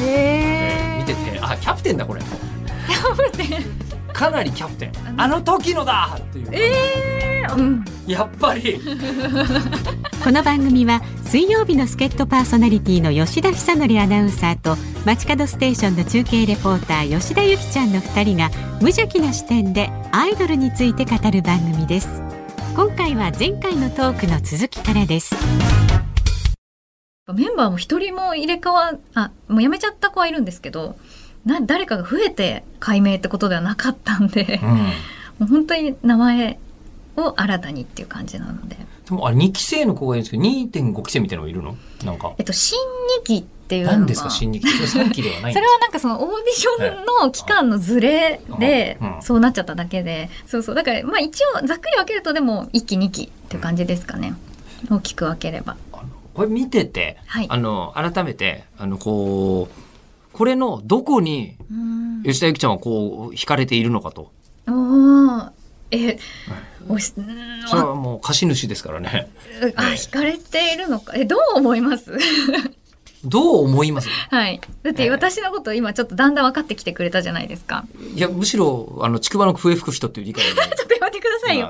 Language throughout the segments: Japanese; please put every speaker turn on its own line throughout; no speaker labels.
へ
見ててあキャプテンだこれ
ー
かなりキャプテンあの時のだっていう、
うん
やっぱり
この番組は水曜日の助っ人パーソナリティの吉田久典アナウンサーと街角ステーションの中継レポーター吉田由紀ちゃんの2人が無邪気な視点でアイドルについて語る番組です今回は前回のトークの続きからです
メンバーも一人も入れ替わあもう辞めちゃった子はいるんですけどな誰かが増えて解明ってことではなかったんで、もう本当に名前を新たにっていう感じなので、
でもあれ2期生の子がいるんですけど2.5期生みたいなのがいるのなんか
えっと、新2期っていうのは
何ですか新2期生3期ではないん
そ
で
れはなんかそのオーディションの期間のズレで
うんうん
そうなっちゃっただけでそうそうだからまあ一応ざっくり分けるとでも1期2期っていう感じですかね大きく分ければ
すかあのこれ見てて、
はい
あの改めてあのこうこれのどこに吉田由紀ちゃんはこう惹かれているのかと
おーえおしうーん
それはもう貸主ですからね
あ惹かれているのかえどう思います
どう思います
はいだっ
ええ
て私のこと今ちょっとだんだん分かってきてくれたじゃないですか
いやむしろあのちくばの笛吹く人っていう理解
ちょっとやめてくださいよ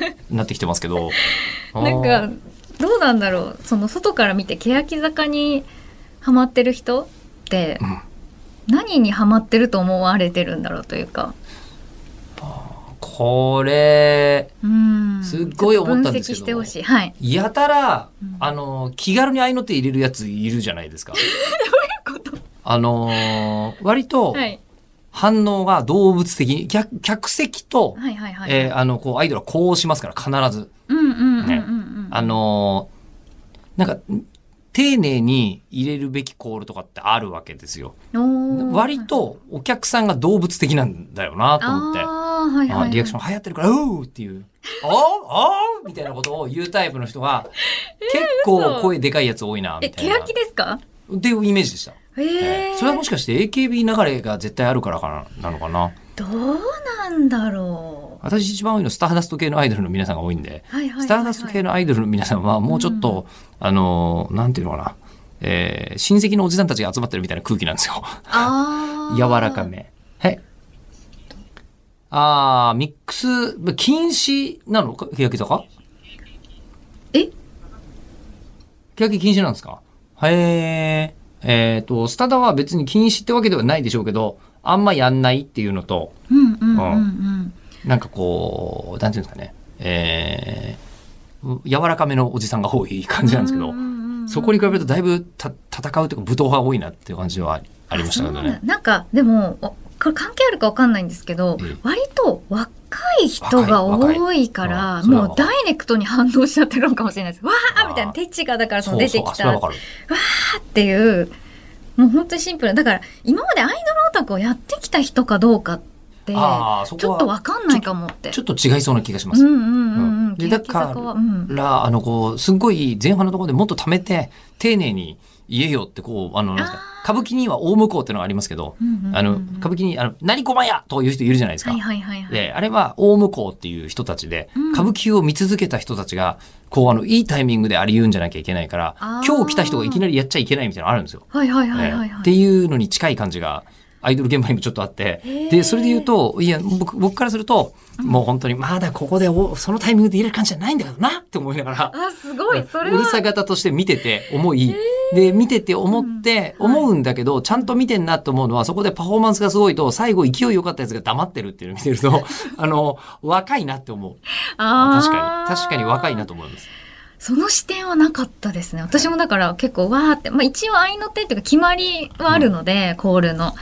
がなってきてますけど
なん
あー
かどうなんだろうその外から見て欅坂にハマってる人って
うん
何にハマってると思われてるんだろうというか
これ
うん
すっごい思ったんです
分析
けど
してほしいはい
やたら、
うん
あの気軽に合いの手入れるやついるじゃな いですか。あのー割と
はい
反応が動物的逆客席と、
はいはいはい、
えーあのこうアイドルはこうしますから必ず、
うんうんうんうんうん、
ねあのーなんか丁寧に入れるべきコールとかってあるわけですよ。
おー
割とお客さんが動物的なんだよなと思って。
あーはいはい、は
あ
い、
リアクション流行ってるから、おーっていう、おーおーみたいなことを言うタイプの人が、結構
嘘
声でかいやつ多いな、
え
みたいな。
欅ですか
っていうイメージでした。
えー
ええそれはもしかして AKB 流れが絶対あるからかな、なのかな。
どうなんだろ
私一番多いのスターダスト系のアイドルの皆さんが多いんで、
うはいはいはいはい
スターダスト系のアイドルの皆さんはもうちょっと、あのー、なんていうのかな、えー親戚のおじさんたちが集まってるみたいな空気なんですよ。
あー
柔らかめ。はい。あー、ミックス、禁止なのか欅坂
え
欅禁止なんですかへー。えっ、と、スタダは別に禁止ってわけではないでしょうけど、あんまやんないっていうのと、
うんうんうんうん
なんかこう、なんていうんですかね、えー、柔らかめのおじさんが多い感じなんですけど、
うんうんうんうん
そこに比べるとだいぶた戦うというか武闘派が多いなっていう感じはありましたけど
そうな
ね。
んだなんかでもおこれ関係あるかわかんないんですけど、
うん
割と若い人が
若い
多いから
若いうんそれは
もうダイレクトに反応しちゃってるのかもしれないです。わ
あ
ー
ー
みたいな手チがだからその
そう
出
そ
て
う、あ、
き
それ
た
はわ
っ
かる。
ていうもう本当にシンプルだから今までアイドルオタクをやってきた人かどうかってちょ
ああ、そこ
っと
は
わかんないかもって。
ちょっと違いそうな気がし
う
ま
ん
す。
うんうんう。
うんんでだ
欅
から
坂はうん
ら、あの、こう、すっごい前半のところでもっと貯めて、丁寧に言えよって、こう、あの、なんですか
あー
歌舞伎には大向こうってのがありますけど、
うんうんうん
あの、歌舞伎に、あの、何駒やとか言う人いるじゃないですか。
はいはいはいはい。
で、あれは大向こうっていう人たちで、
うん
歌舞伎を見続けた人たちが、こう、あの、いいタイミングであり言うんじゃなきゃいけないから
あ、ー
今日来た人がいきなりやっちゃいけないみたいなのあるんですよ。
はいはいはいはい
え
は
えっ
い。
ていうのに近い感じが、アイドル現場にもちょっとあって
へえ、
で、それで言うと、いや、僕、僕からすると、もう本当に、まだここでお、そのタイミングで入れる感じじゃないんだけどなって思いなが
あ
ら、
すごいそれ
う
は
るさ型として見てて思い、で見てて思って
うんはい
思うんだけど、ちゃんと見てんなと思うのはそこでパフォーマンスがすごいと最後勢い良かったやつが黙ってるっていうのを見て るとあの若いなって思う
あー
確かに確かに若いなと思います
その視点はなかったですね。私もだから結構わーって、まあ一応合いの手っていうか決まりはあるので、コールの。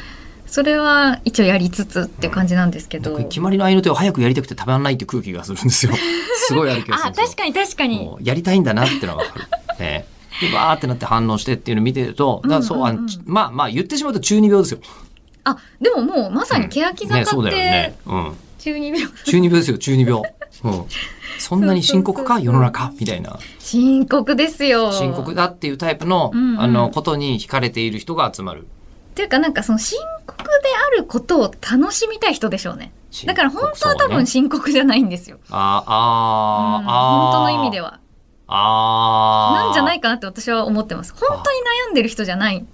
それは一応やりつつっていう感じなんですけど。
僕決まりの合いの手を早くやりたくてたまらないっていう空気がするんですよ すごいある気がする
あ、
んですよ
確かに確かに。
もうやりたいんだなってのが分かる。 ええでバーってなって反応してっていうのを見てると、だからそう、あ
うんうんう
の
ん
ちまあまあ言ってしまうと中二病ですよ。
あ、でももうまさに欅
ね、そ
坂
う
っ
だ
て
よね。うん。
中二病。
中二病ですよ 中二病、うん、そんなに深刻
そうそうそうそ
か
う
世の中みたいな
深刻ですよ。
深刻だっていうタイプの,、
うんうん
あのことに惹かれている人が集まる
っていうかなんかその深刻であることを楽しみたい人でしょうね。だから本当は多分
深
深
刻
刻じゃないんですよ。
そうねあーあー、
うん
あ
本
ー
当の意味では。
あああ。
なんじゃないいかなって私は思ってます。本当に悩んでる人じゃない。い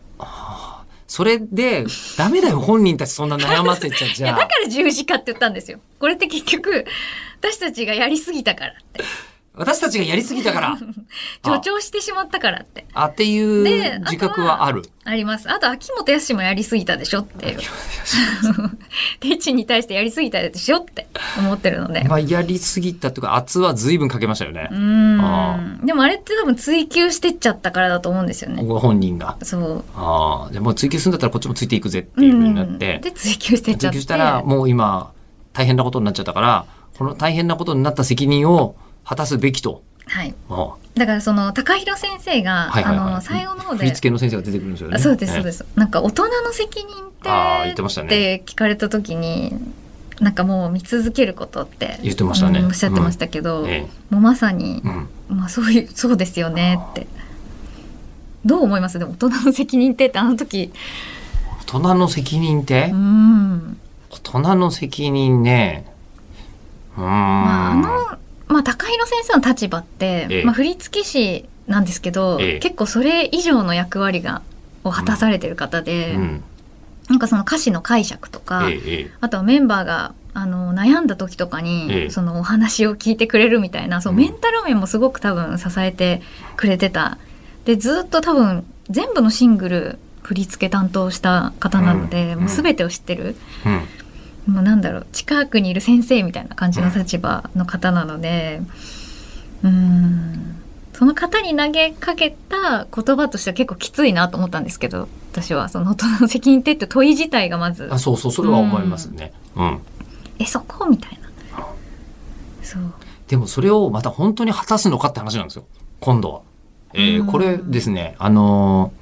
それで、ダメだよ、本人たちそんな悩ませちゃ、じ
や、
ゃ
だか
あ。
ら十字架って言ったんですよ。これって結局、私たちがやりすぎたからって。
私たちがやりすぎた から。
助長してしまったからって。
あっていう
で
自覚はある。
あります。あと、秋元康もやりすぎたでしょっていう。 テッチに対してやりすぎたでしょって思ってるので。
まあ、やりすぎたというか、圧は随分かけましたよね
う。
あ
ん。でもあれって多分追求してっちゃったからだと思うんですよね。
ご本人が。
そう。
ああ、じゃあもう追求するんだったらこっちもついていくぜっていうふうになって。
うんで、追求してっちゃ
追
って。
求したらもう今大変なことになっちゃったからこの大変なことになった責任を果たすべきと
はい。
あ
だからその、高弘先生が、
はいはいはい
あの、最後の方
振り
で、
付けの先生が出てくるんですよね
あそうです、そうですす。なんか、大人の責任って、
あー言ってましたね
って聞かれた時に、なんかもう見続けることって。
言ってましたね
うんおっしゃってましたけど、
え
もうまさに
え、うん、
まあそういう、そうですよねって。どう思いますでも大人の責任ってってあの時。
大人の責任って、
うん。
大人の責任ねうーん、
まああの、まあ高弘先生の立場って、
ええ
まあ振付師なんですけど、
ええ
結構それ以上の役割が、を果たされてる方で、
うん
なんかその歌詞の解釈とか、
ええええ
あとはメンバーがあの悩んだ時とかに、
ええ
そのお話を聞いてくれるみたいなそう
うん
メンタル面もすごく多分支えてくれてたでずっと多分全部のシングル振り付け担当した方なので、
うん
もう全てを知ってる、
うん
もうなんだろう近くにいる先生みたいな感じの立場の方なのでうーんその方に投げかけた言葉としては結構きついなと思ったんですけど私はその大人の責任ってって問い自体がまず
あそうそうそれは思いますね、うん
えそこみたいなそう
でもそれをまた本当に果たすのかって話なんですよ今度は、ええ
うん
これですねあのー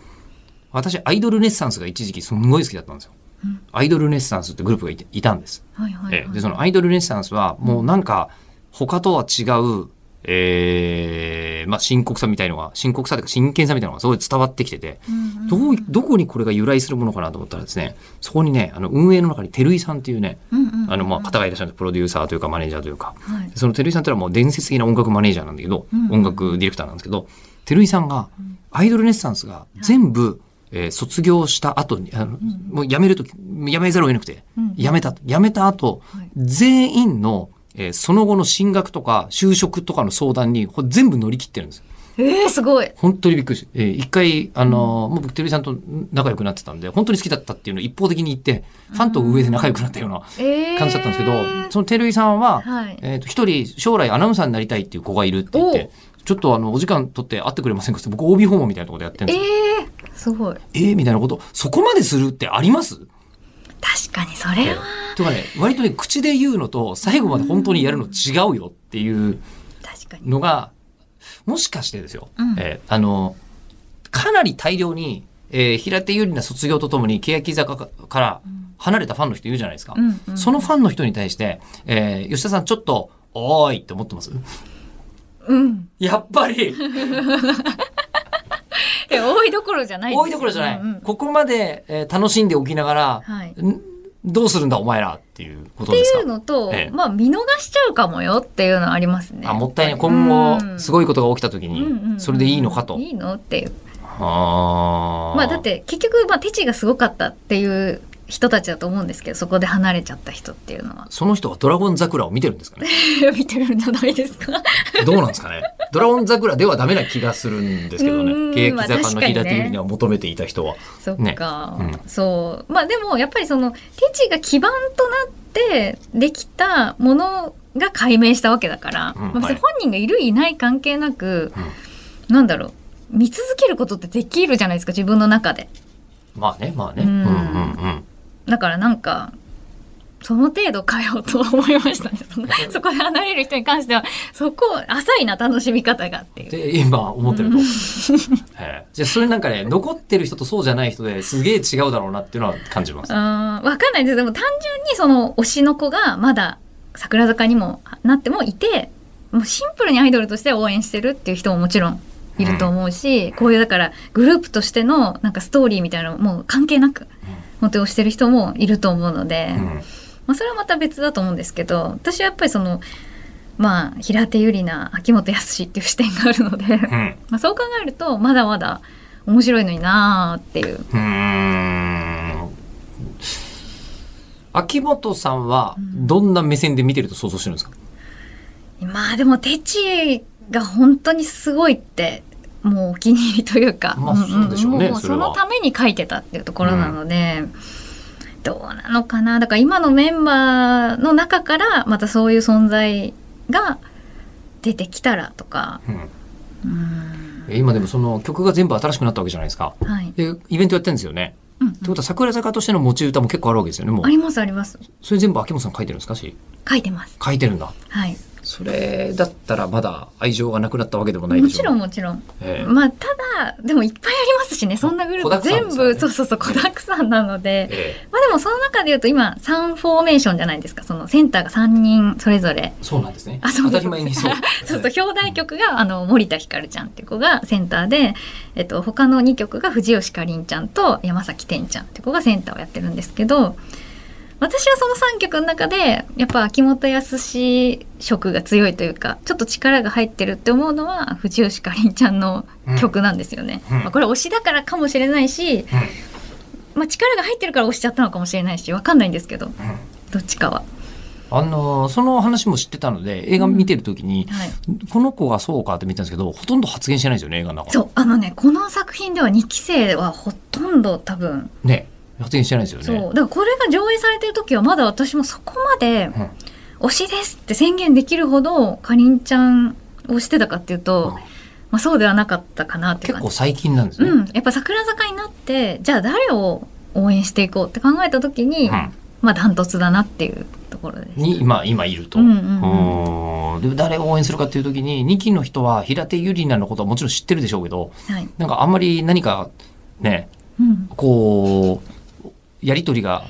私アイドルネッサンスが一時期すんごい好きだったんですよ
うん
アイドルネッサンスってグループがいていたんです。
はいはい、はい
ええでそのアイドルネッサンスはもうなんか他とは違う、ええまあ、深刻さみたいのが深刻さというか真剣さみたいなのがすごい伝わってきてて
うんうん
どういどこにこれが由来するものかなと思ったらですねそこにねあの運営の中に照井さんっていうね
うんうんうん
あのまあ方がいらっしゃるんですプロデューサーというかマネージャーというか
はい
その照井さんってのはもう伝説的な音楽マネージャーなんだけど、
うん
音楽ディレクターなんですけど、照井さんが
ん、
アイドルネッサンスが全部、えー卒業した後に、あのもう辞めるとき、辞めざるを得なくて、
うん
辞めたと、辞めた後、
はい
全員の、えーその後の進学とか就職とかの相談にほ全部乗り切ってるんですよ。
えー、すごい
本当にびっくりして、えー一回、あのーもう僕、照井さんと仲良くなってたんで、本当に好きだったっていうのを一方的に言って、ファンと上で仲良くなったような
えー、
感じだったんですけど、その照井さんは、
はい
えー、と一人将来アナウンサーになりたいっていう子がいるって言ってちょっとあのお時間取って会ってくれませんかって僕 OB 訪問みたいなところでやってるん
え
です
ー、す
よ
ごい
えーみたいなことそこまでするってあります
確かにそれは
とかね割とね口で言うのと最後まで本当にやるの違うよっていう
確かに
のがもしかしてですよ、
うん
えーあのかなり大量に、えー平手友梨奈卒業とともに欅坂から離れたファンの人いるじゃないですか、
うんうん
そのファンの人に対して、えー吉田さんちょっと「おーい!」って思ってます
うん
やっぱり
え多いどころじゃないです
多いどころじゃない、
うんうん
ここまで、えー楽しんでおきながら、
はい
んどうするんだお前らっていうことで
っ
す
て
か
いうのと、
ええ
まあ見逃しちゃうかもよっていうのはありますね
あもったいない今後す
い
ごいことが起きた時にそれでいいのかと、
いいのっていう
あー
まあだって結局まあ手チがすごかったっていう人たちだと思うんですけどそこで離れちゃった人っていうのは
その人はドラゴン桜を見てるんですかね
見てるんじゃないですか
どうなんですかねドラゴン桜ではダメな気がするんですけどね
うん
欅
まあ
坂の平
確かに
手友
ね
梨が求めていた人は、
そっか、
ねうん
そうまあでもやっぱりその手チが基盤となってできたものが解明したわけだから、
うん
まあ、別に
はい
本人がいるいない関係なく、なんだろう見続けることってできるじゃないですか自分の中で
まあねまあね
う
うんんうん
だからなんかその程度かよと思いましたね そのそこで離れる人に関してはそこ浅いな楽しみ方がって
うん
いう。
で今思ってると、ええじゃあそれなんかね残ってる人とそうじゃない人ですげえ違うだろうなっていうのは感じます
あーわかんないですでも単純にその推しの子がまだ桜坂にもなってもいてもうシンプルにアイドルとして応援してるっていう人ももちろんいると思うし、こういうだからグループとしてのなんかストーリーみたいなのもう関係なく本当に推してる人もいると思うので、
うん
まあ、それはまた別だと思うんですけど私はやっぱりそのまあ、平手友梨な秋元康っていう視点があるので、
うん。
まあ、そう考えるとまだまだ面白いのになーっていう
うーん秋元さんはどんな目線で見てると想像してるんですか、
まあでもテチが本当にすごいってもうお気に入りというか、
まあそうでしょうね
んんもう
それ
そ
は
のために書いてたっていうところなので、どうなのかなだから今のメンバーの中からまたそういう存在が出てきたらとか、
うん
うん
え今でもその曲が全部新しくなったわけじゃないですか。
はい、
で、イベントやってるんですよね。
うんうん
ってことは桜坂としての持ち歌も結構あるわけですよね、もう
あ。りますあります
それ全部秋元さん書いてるんですかし
書いてます
書いてるんだ。
はい
それだったらまだ愛情がなくなったわけでもない
も
でし
ち
ょ
ろ
うん
もちろん
ええ
まあただでもいっぱいありますしねそんなグループ全
小沢さんですよ
部、
ね
そうそうそう小沢さんなので、
え
まあでもその中で言うと今3フォーメーションじゃないですかそのセンターが3人それぞれ
えそうなんですね。
あそう
当
です
たり前に そう。
ちょっと表題曲があの森田ひかるちゃんっていう子がセンターで、えっと、他の2曲が藤吉かりんちゃんと山崎天ちゃんっていう子がセンターをやってるんですけど私はその3曲の中でやっぱ秋元康色が強いというかちょっと力が入ってるって思うのは藤吉かりんちゃんの曲なんですよね。
うんうん
まあ、これ推しだからかもしれないし、まあ、力が入ってるから推しちゃったのかもしれないしわかんないんですけど
うんうん
どっちかは。
あの、その話も知ってたので、映画見てるときに、
はい
この子がそうかって見てたんですけど、ほとんど発言してないんですよね、映画の中。
そうあのねこの作品では2期生はほとんど多分
ね、発言してないですよね。
そうだからこれが上映されてる時はまだ私もそこまで
うん
「推しです」って宣言できるほどかりんちゃんをしてたかっていうと、
うん
まあ、そうではなかったかなっていう
結
感
構
じ
最近なんですね。
うん、やっぱ桜坂になってじゃあ誰を応援していこうって考えた時に、
うん
まあダントツだなっていうところです。
に今、今いると。
うんうんうん
うーんで誰を応援するかっていうときに、2期の人は平手友梨奈のことはもちろん知ってるでしょうけど、
はい
なんかあんまり何かね、
うん
こう、やりとりが、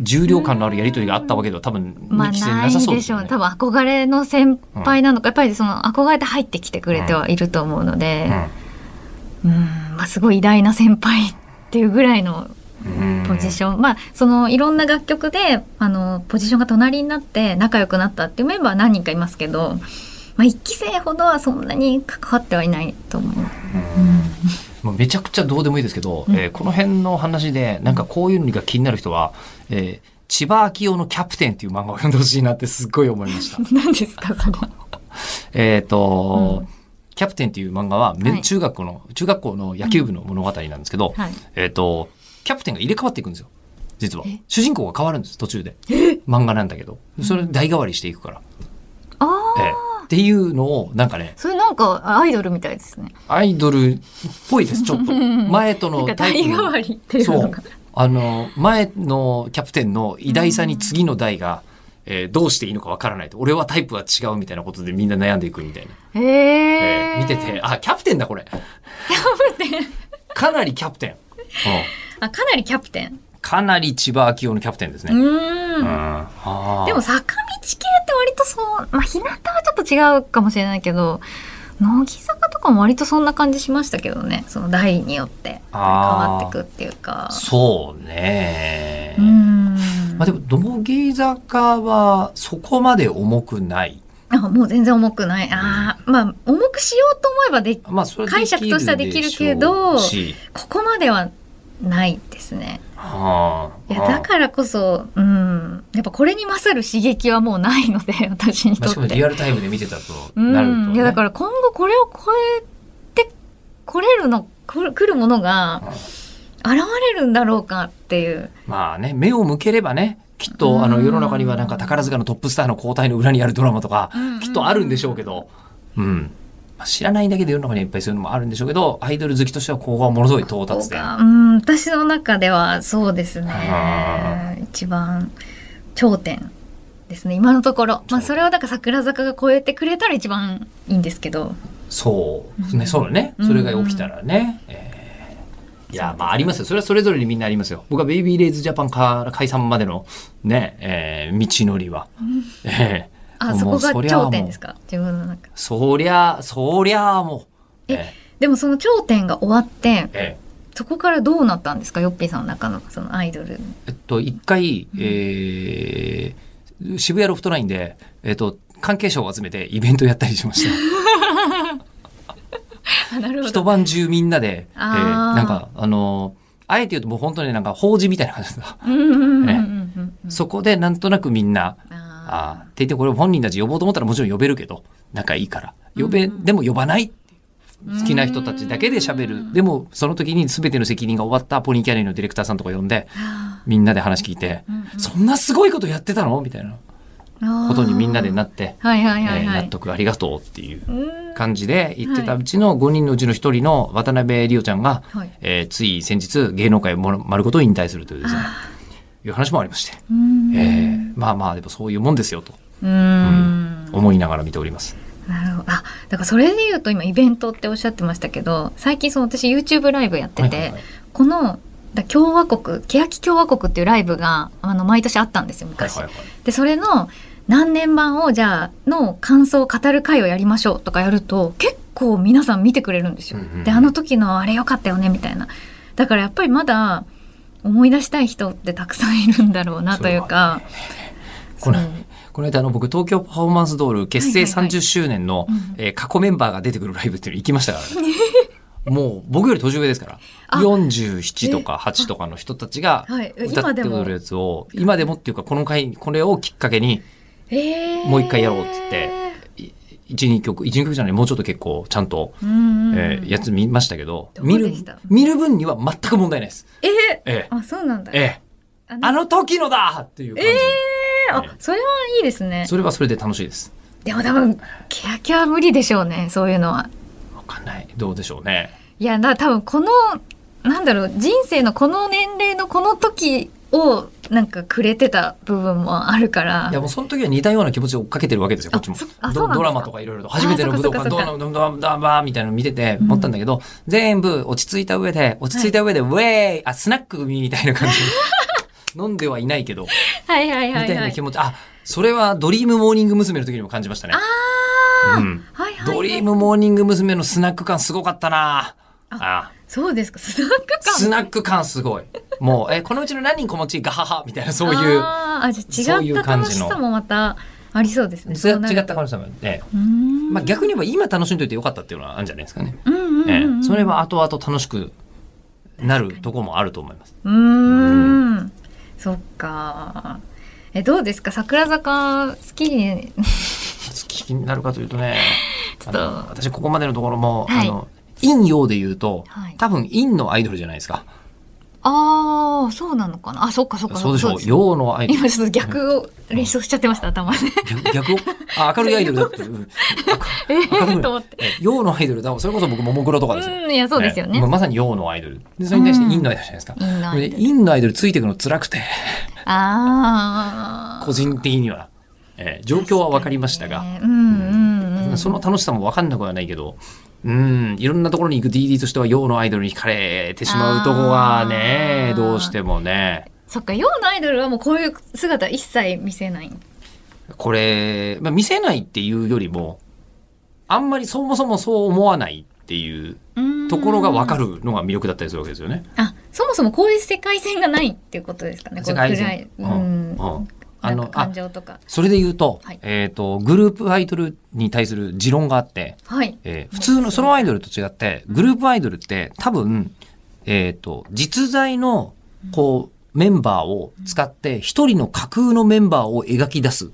重量感のあるやりとりがあったわけでは多分
まあ
2期生
な
なさ
い
そ
で
うです
しょ
よ
う、
ね。
多分憧れの先輩なのか、やっぱりその憧れて入ってきてくれてはいると思うので、うんまあ、すごい偉大な先輩っていうぐらいの
うん
ポジション、まあそのいろんな楽曲であのポジションが隣になって仲良くなったっていうメンバーは何人かいますけど、まあ、1期生ほどはそんなに関わってはいないと思います。
もうめちゃくちゃどうでもいいですけど、
うん
えーこの辺の話でなんかこういうのが気になる人は、えー千葉昭夫の「キャプテン」っていう漫画を読んでほしいなってすっごい思いました。
何ですかそれ
えっと、
うん
キャプテンっていう漫画は、め
はい
中学校の中学校の野球部の物語なんですけど、
はい、
えっ、とキャプテンが入れ替わっていくんですよ実は
え
主人公が変わるんです途中で漫画なんだけどそれ代替わりしていくから、
あー
ええっていうのをなんかね
それなんかアイドルみたいですね。
アイドルっぽいですちょ っと前と
なん
の
か代替わりっていう
そ
の
う
が。
あの前のキャプテンの偉大さに次の代が、えーどうしていいのかわからないと俺はタイプは違うみたいなことでみんな悩んでいくみたいな、
ええ
えー見 ててあキャプテンだこれかなりキャプテン、う
あかなりキャプテン。
んかなり千葉昭夫のキャプテンです
う
ね、
ー
うん
ん
あー
でも坂道系って割とそう、まあ、日向はちょっと違うかもしれないけど乃木坂とかも割とそんな感じしましたけどねその代によって変わ
あー
ってくっていうか
そうね、
うーん、
まあでも乃木坂はそこまで重くない
あもう全然重くないあーまあ重くしようと思えばでこ
まあそれはでき
解
る
釈としてはできるけど
でしょうし
こまではないですね
あ
いやだからこそうんやっぱこれに勝る刺激はもうないので私に
まあ、
と
しかも
って
リアルタイムで見てたと
うん
なると、ね
いやだから今後これを超えてこれるの来る来るものが現れるんだろうかっていう
まあね目を向ければねきっ
うん
とあの世の中にはなんか宝塚のトップスターの交代の裏にあるドラマとか
うんうん
きっとあるんでしょうけど、うんまあ、知らないだけで世の中にはいっぱいそういうのもあるんでしょうけどアイドル好きとしてはここはものすごい到達点。
がうん私の中ではそうです
あ
ね一番頂点ですね今のところ、まあ、それをだから桜坂が超えてくれたら一番いいんですけど
そう、ね、そうね、
うん
それが起きたらね。えーいや、まあありますよ。それはそれぞれにみんなありますよ。僕はベイビーレイズジャパンから解散までのね、えー道のりは。えー
あそ
も
こ
う
が
りゃもう
頂点ですか自分の中
そりゃ、そりゃもう。え
でもその頂点が終わって
ーえ
そこからどうなったんですかヨッピーさんの中のそのアイド ル
ーえっと、一回、えー渋谷ロフトナインで、えっと、関係者を集めてイベントやったりしました。
あなるほ
一
ど。
晩中みんなで、えー
あー
なんか、あのーあえて言うともう本当になんか法事みたいな感じだった。
うんうんうんうんうんうん。
そこでなんとなくみんな、ああ
あ
ー、って言ってこれ本人たち呼ぼうと思ったらもちろん呼べるけど、仲いいから。呼べ、でも呼ばない。好きな人たちだけで喋る。でも、その時に全ての責任が終わったポニーキャリーのディレクターさんとか呼んで、
あ
みんなで話聞いて、そんなすごいことやってたのみたいな
ー。
ことにみんなで
な
なって、
はいはい
え
はい
ー
はい。
納得ありがとうっていう
うーん
感じで言ってたうちの5人のうちの1人の渡辺理央ちゃんが、
はい
えーつい先日芸能界も丸ごと引退するというですね、いう話もありまして、
うーん
えーまあまあでもそういうもんですよと
うーん。
思いながら見ております。
なるほど。あ、だからそれで言うと今イベントっておっしゃってましたけど、最近そう私 YouTube ライブやってて、
はいはいはい
このだ共和国、欅共和国っていうライブがあの毎年あったんですよ
はい
昔。
はいはい
でそれの何年版をじゃあの感想を語る会をやりましょうとかやると結構皆さん見てくれるんですよ。
うんうんうん
であの時のあれ良かったよねみたいな。だからやっぱりまだ思い出したい人ってたくさんいるんだろうなというか。
この
そう
この間あの僕東京パフォーマンスドール結成
はいはいはい
30周年の、
うん
えー過去メンバーが出てくるライブっていうの行きましたからね。 もう僕より年上ですから
あ
47とか8とかの人たちが
はいえ
歌
今
って
で
く
も
るやつを今でもっていうかこの回これをきっかけに
えー
もう一回やろうって言って12曲12曲じゃないもうちょっと結構ちゃんと、
うんうん
えーやつ見ましたけど
どう
見る
でした
見る分には全く問題ないです。
えー
ええ
あそうなんだ。
ええ
あ
あ
の
の時のだっていう感じ、
えーあそれはいいですね。
それはそれで楽しいです。
でも多分キャキャは無理でしょうねそういうのは。
わかんないどうでしょうね。
いやだ多分このなんだろう人生のこの年齢のこの時をなんかくれてた部分もあるから
いやもうその時は似たような気持ちを追っかけてるわけですよ、こっちも
そあ。そうなん
ド
ですか
ドラマとかいろいろと、初めての
あ
武
そ
道
っかそ
館、ど
っ
う
か
なの、どうなの、どうなのみたいなの見てて、思ったんだけど、全部落ち着いた上で、落ち着いた上で、ウェーイあ、スナックみたいな感じ。 飲んではいないけど、み
はいはいは
たい
いは
ない気。持ち。あ、それはドリームモーニング娘。の時にも感じましたね。うん
はいはいはい
ドリームモーニング娘。のスナック感すごかったなあ
そうですかスナック感
スナック感すごい。もう、え、このうちの何人子持ちガハハみたいな、そういう。
あーあじゃ
そ
あ
うい
違
う
った
感
楽
じ
し
の
さもまたありそうですね
違
そうなると
った感じだもんね。
うーん
まあ、逆に言えば今楽しんでおいてよかったっていうのはあるんじゃないですかね。
うんうんうん
え
うん
え、それは後々楽しくなるとこもあると思います。
うーんそっかえどうですか桜坂好きに
好きになるかというと ね、
ちょっと
あの私ここまでのところも、
はい
あの陰陽で言うと、
はい
多分陰のアイドルじゃないですか。
ああそうなのかなあそっかそっか
そうでしょう。
す
陽のアイドル。
今ちょっと逆を連想しちゃってました頭で
逆逆をあ明るいアイドル だって。うん
え
明る
ー
い
と思って。
ええ陽のアイドルだ。それこそ僕ももクロとかですよ。
うんいやそうですよ
ええ
ね
もまさに陽のアイドル。でそれに対して陰のアイドルじゃないですか。
いいな
で陰のアイドルついていくの辛くて、
ああ
個人的には。ええ状況は分かりましたが。
うんうんうん
その楽しさも分かんなくはないけど、うん、いろんなところに行く DD としては、洋のアイドルに惹かれてしまうとこはね
あ、ー
どうしてもね。
そっか洋のアイドルはもうこういう姿一切見せない
これ、まあ、見せないっていうよりも、あんまりそもそもそう思わないっていうところが分か
る
るのが魅力だったりするわけですよね。
あそもそもこういう世界線がないっていうことですかねこう
世界線
暗いうん
うんうんあ
あ
の
の感情とか
それで言うと、
はい
えっ、と、グループアイドルに対する持論があって、
はい
えー普通のソロアイドルと違って、グループアイドルって多分、えっ、と、実在の、こう、メンバーを使って、一人の架空のメンバーを描き出す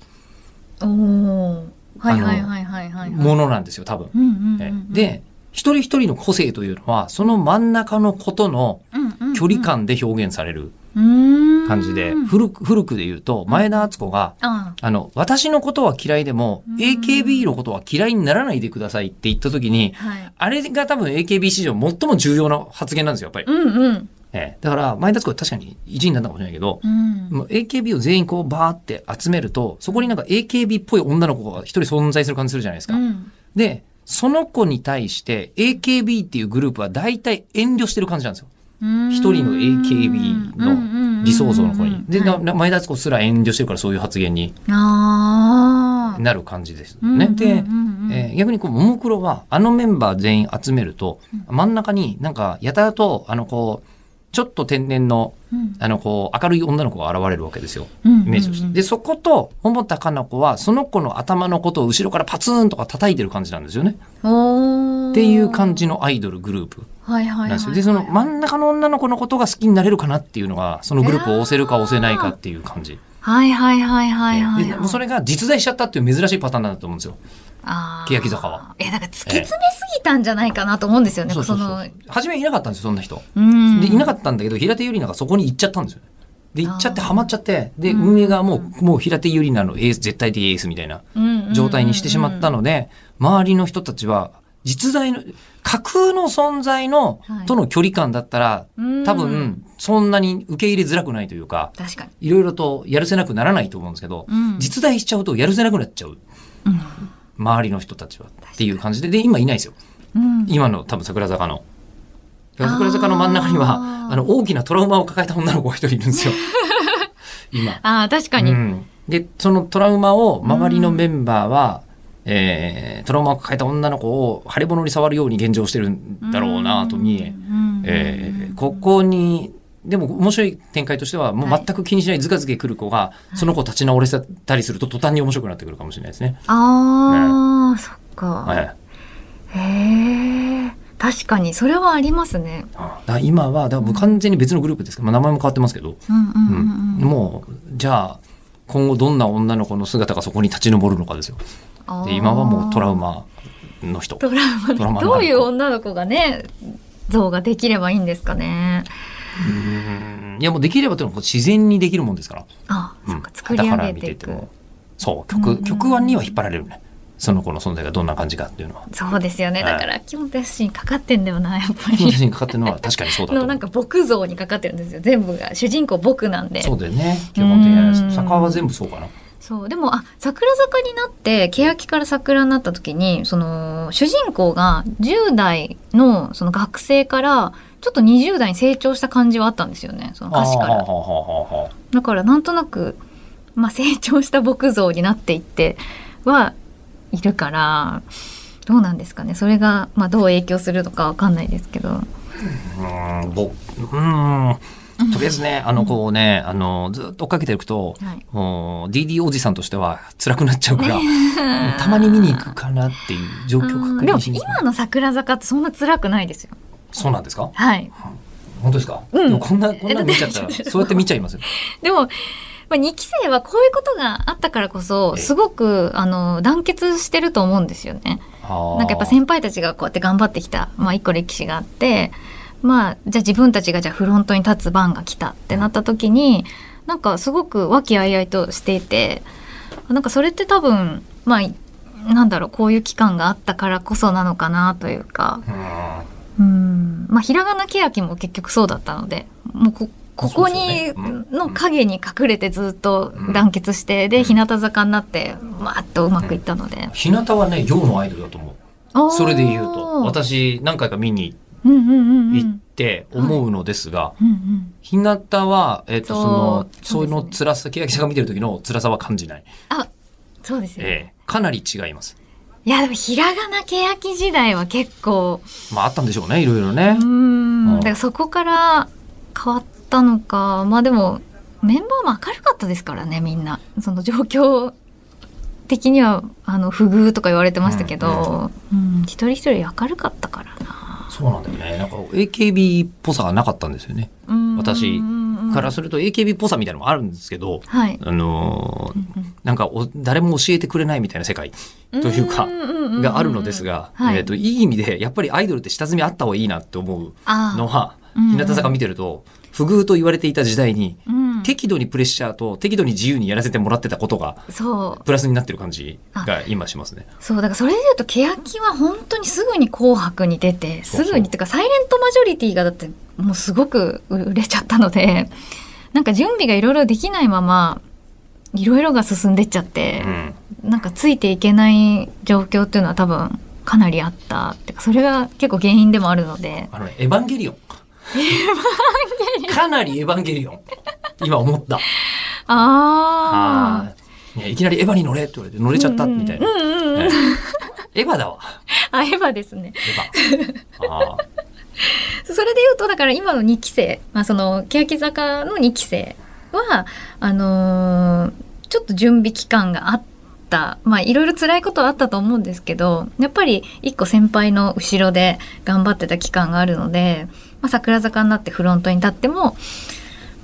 おおはいはいはいはいはいはい
ものなんですよ、多分。
うんうんうん
え
う
ー
ん
で、一人一人の個性というのは、その真ん中のことの
うんうんうん
距離感で表現される感
感
じで、古く、古くで言うと、前田敦子が、
あ
あの、私のことは嫌いでも、
うん
AKB のことは嫌いにならないでくださいって言った時に
あ、はい
あれが多分 AKB 史上最も重要な発言なんですよ、やっぱり。
うんうん
ええ、だから前田敦子は確かに1位になったかもしれないけど、
うん
もう AKB を全員こうバーって集めるとそこになんか AKB っぽい女の子が一人存在する感じするじゃないですか。
うん
でその子に対して AKB っていうグループは大体遠慮してる感じなんですよ。一
一
人の AKB の理想像の子に。で、なな前田敦子すら遠慮してるからそういう発言に
ああ。
なる感じですよね。で、えー逆にこう、ももクロは、あのメンバー全員集めると、真ん中になんか、やたらと、あの、こう、ちょっと天然の、
うん
あの、こう、明るい女の子が現れるわけですよ。
うん
イメージをして。
うんうん
で、そこと、桃田かな子は、その子の頭のことを後ろからパツンとか叩いてる感じなんですよね。
おー
っていう感じのアイドルグループ
はいはいは
ない
はい
んですよ。で、その真ん中の女の子のことが好きになれるかなっていうのが、そのグループを押せるか押せないかっていう感じ。
はいはいはいはいはい
で
はい
もうそれが実在しちゃったっていう珍しいパターンなんだと思うんですよ。
あー
欅坂はい
やだから突き詰めすぎたんじゃないかなと思うんですよね、
そう
そ
そ
う
そう
の
そう。初めいなかったんですよ、そんな人。
うん
で、いなかったんだけど、平手友梨奈がそこに行っちゃったんですよ。で、行っちゃって
あー
ハマっちゃって、で、
うん
運営がもう、もう平手友梨奈のエース、絶対的エースみたいな状態にしてしまったので、周りの人たちは、実在の、架空の存在の
は、い
との距離感だったら、
うん
多分、そんなに受け入れづらくないというか、
確かに、
いろいろとやるせなくならないと思うんですけど、
うん
実在しちゃうとやるせなくなっちゃう。
うん
周りの人たちは。っていう感じで、で、今いないですよ。
うん
今の多分桜坂の。桜坂の真ん中には、
あ
あ
ー
の、大きなトラウマを抱えた女の子が一人いるん ですよ。今。
ああ確かに、
うんで、そのトラウマを、周りのメンバーは、えートラウマを抱えた女の子を、腫れ物に触るように現状してるんだろうなと見え、
うん
えーここに、でも面白い展開としては、もう
はい
全く気にしないズカズケ来る子が、その子立ち直れたりすると途端に面白くなってくるかもしれないですね。
あー、そっか、
はい。
へえ確かにそれはありますね
だから今は、だからもう完全に別のグループですけど、まあ、名前も変わってますけど、
うんうんうんうん
もう、じゃあ、今後どんな女の子の姿がそこに立ち上るのかですよ。
あー
で、今はもうトラウマの人。
トラウマ
トラウマになる
どういう女の子がね像ができればいいんですかね
うんいや、もうできればというのは自然にできるもんですから。
あ
う
そ
ん
っか作り上
傍
げていく、
も。そう、
うんう
曲、
ん
曲案には引っ張られるね。その子の存在がどんな感じかっていうのは。
そうですよねだから基本的にかかってんだよなやっぱ
その写
り
真にかかってるのは確かにそうだと思
の
う。
なんか僕像にかかってるんですよ全部が主人公僕なんで
そうだよね。基本的には
う
ね。
ん
坂は全部そうかな。
そうでもあ桜坂になって欅から桜になった時にその主人公が10代のその学生からちょっと20代に成長した感じはあったんですよねその歌詞か
あーは
ら
あはあはあはあ
だからなんとなく、まあ、成長した木像になっていってはいるからどうなんですかねそれが、まあ、どう影響するのかわかんないですけど
うーん、ぼ、うーん。とりあえずね、あの、こうね、あの、ずっと追っかけていくと、
はい
もう DD おじさんとしては辛くなっちゃ うから、うんたまに見に行くかなっていう状況を
あ
確
ーでも
認しに行く
今の桜坂ってそんな辛くないですよ
そうなんですか
はい
本当ですか、
うん
でもこんな、こんなの見ちゃったら、
えだって
そうやって見ちゃいます よ。
でも、まあ、2期生はこういうことがあったからこそ
ええ
すごくあの団結してると思うんですよね。
な
なんかやっぱ先輩たちがこうやって頑張ってきた、まあ、一個歴史があって、まあ、じゃあ自分たちがじゃあフロントに立つ番が来たってなった時になんかすごく和気あいあいとしていてなんかそれって多分まあなんだろうこういう期間があったからこそなのかなというかうんまあひらがなけやきも結局そうだったのでもうこここ
そうです
に
よねうん
の影に隠れてずっと団結して
う
で
ん
日向坂になってわーっとうまくいったので
日向はね、洋のアイドルだと思う。
あー
それで言うと、私何回か見に
うんうんうんうん
行って思うのですが、
うんうん
日向は、えっ、と、その、
そ
そうういうの辛さ、欅坂見てる時の辛さは感じない。
あそうですよね、
ええかなり違います。
いやでもひらがなけやき時代は結構
まあ、あったんでしょうね、いろいろね
う。ん
うん
だからそこから変わったのかまあでもメンバーも明るかったですからねみんなその状況的にはあの不遇とか言われてましたけど、うん一人一人明るかったからな、
そうなんだよね。なんか AKB っぽさがなかったんですよね。
うん
私から
そ
すると AKB っぽさみたいなのもあるんですけど、
はい
あのーなんかお誰も教えてくれないみたいな世界というかがあるのですが、
はい
えー、といい意味でやっぱりアイドルって下積みあった方がいいなって思うの
あ
は
うん
日向坂見てると不遇と言われていた時代に
ー、うん、
適度にプレッシャーと適度に自由にやらせてもらってたことが
そう
プラスになってる感じが今しますね。
そうだからそれで言うと欅は本当にすぐに「紅白」に出て
そ
す
うそう
ぐにってかサイレントマジョリティがだってもうすごく売れちゃったので なんか準備がいろいろできないままいろいろが進んでっちゃって
う、ん、
なんかついていけない状況っていうのは多分かなりあったってかそれが結構原因でもあるので
あのね、エヴァンゲリオン。かなりエヴァンゲリオン。今思った。
ああ
あーねいきなりエヴァに乗れって言われて乗れちゃったみた いな。
うんうんうん、
ねエヴァだわ。
あエヴァですね
エヴァ。あー
それで言ううとだから今の2期生、まあ、その欅坂の2期生はあのーちょっと準備期間があったまあいろいろ辛いことはあったと思うんですけどやっぱり一個先輩の後ろで頑張ってた期間があるので、まあ、桜坂になってフロントに立っても、ま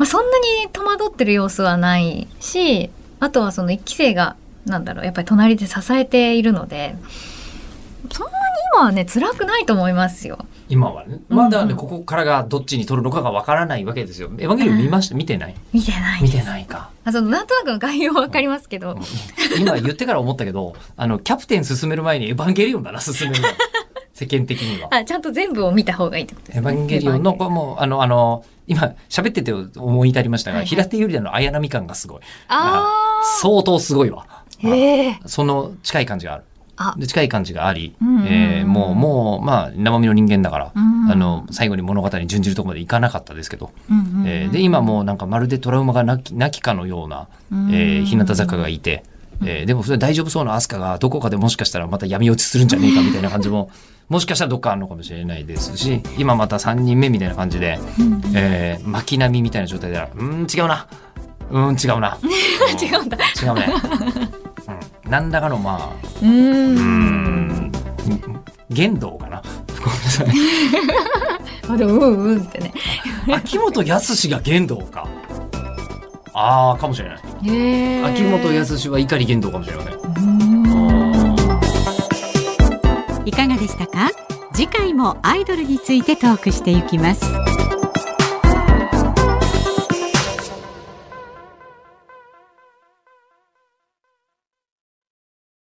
あ、そんなに戸惑ってる様子はないしあとはその1期生がなんだろうやっぱり隣で支えているのでそんなに今はね辛くないと思いますよ。
今はね。まだ
うん
ね、
うん
ここからがどっちに取るのかがわからないわけですよ。エヴァンゲリオン見ました見てない
見てない
見
です
てないか。
あそのなんとなくの概要はわかりますけど、
今言ってから思ったけど、あの、キャプテン進める前にエヴァンゲリオンだな、進めるのは世間的には。
あちゃんと全部を見た方がいいってことで
エ
す
ヴ
ね。
ァンゲリオンの、
エヴァ
これもう、あの、あの、今、喋ってて思い至りましたが、
はいはい
平手友梨奈の綾波感がすごい。
あー
相当すごいわ。
へえ
その近い感じがある。
あ
で近い感じがあり、
うんうんうん
えーもう、もう、まあ、生身の人間だから、
うん
あの、最後に物語に準じるところまでいかなかったですけど、
うんうんうん
えーで、今もうなんかまるでトラウマがなきなきかのような、えー、日向坂がいて、えーでもそれ大丈夫そうなアスカがどこかでもしかしたらまた闇落ちするんじゃねえかみたいな感 じも、もしかしたらどっかあるのかもしれないですし、今また3人目みたいな感じで、えー巻き波みたいな状態で、うーん、違うな。うーん、違うな。
違うんだ。
違うね。うん、何らかのまあ、
うー
うー
ん。
ん、言動 かな。ごめんなさい。
あでもうんうんってね。
秋元康が言動か。ああ、かもしれない。
へえ
秋元康は碇言動かもしれません。
いかがでしたか次回もアイドルについてトークしていきます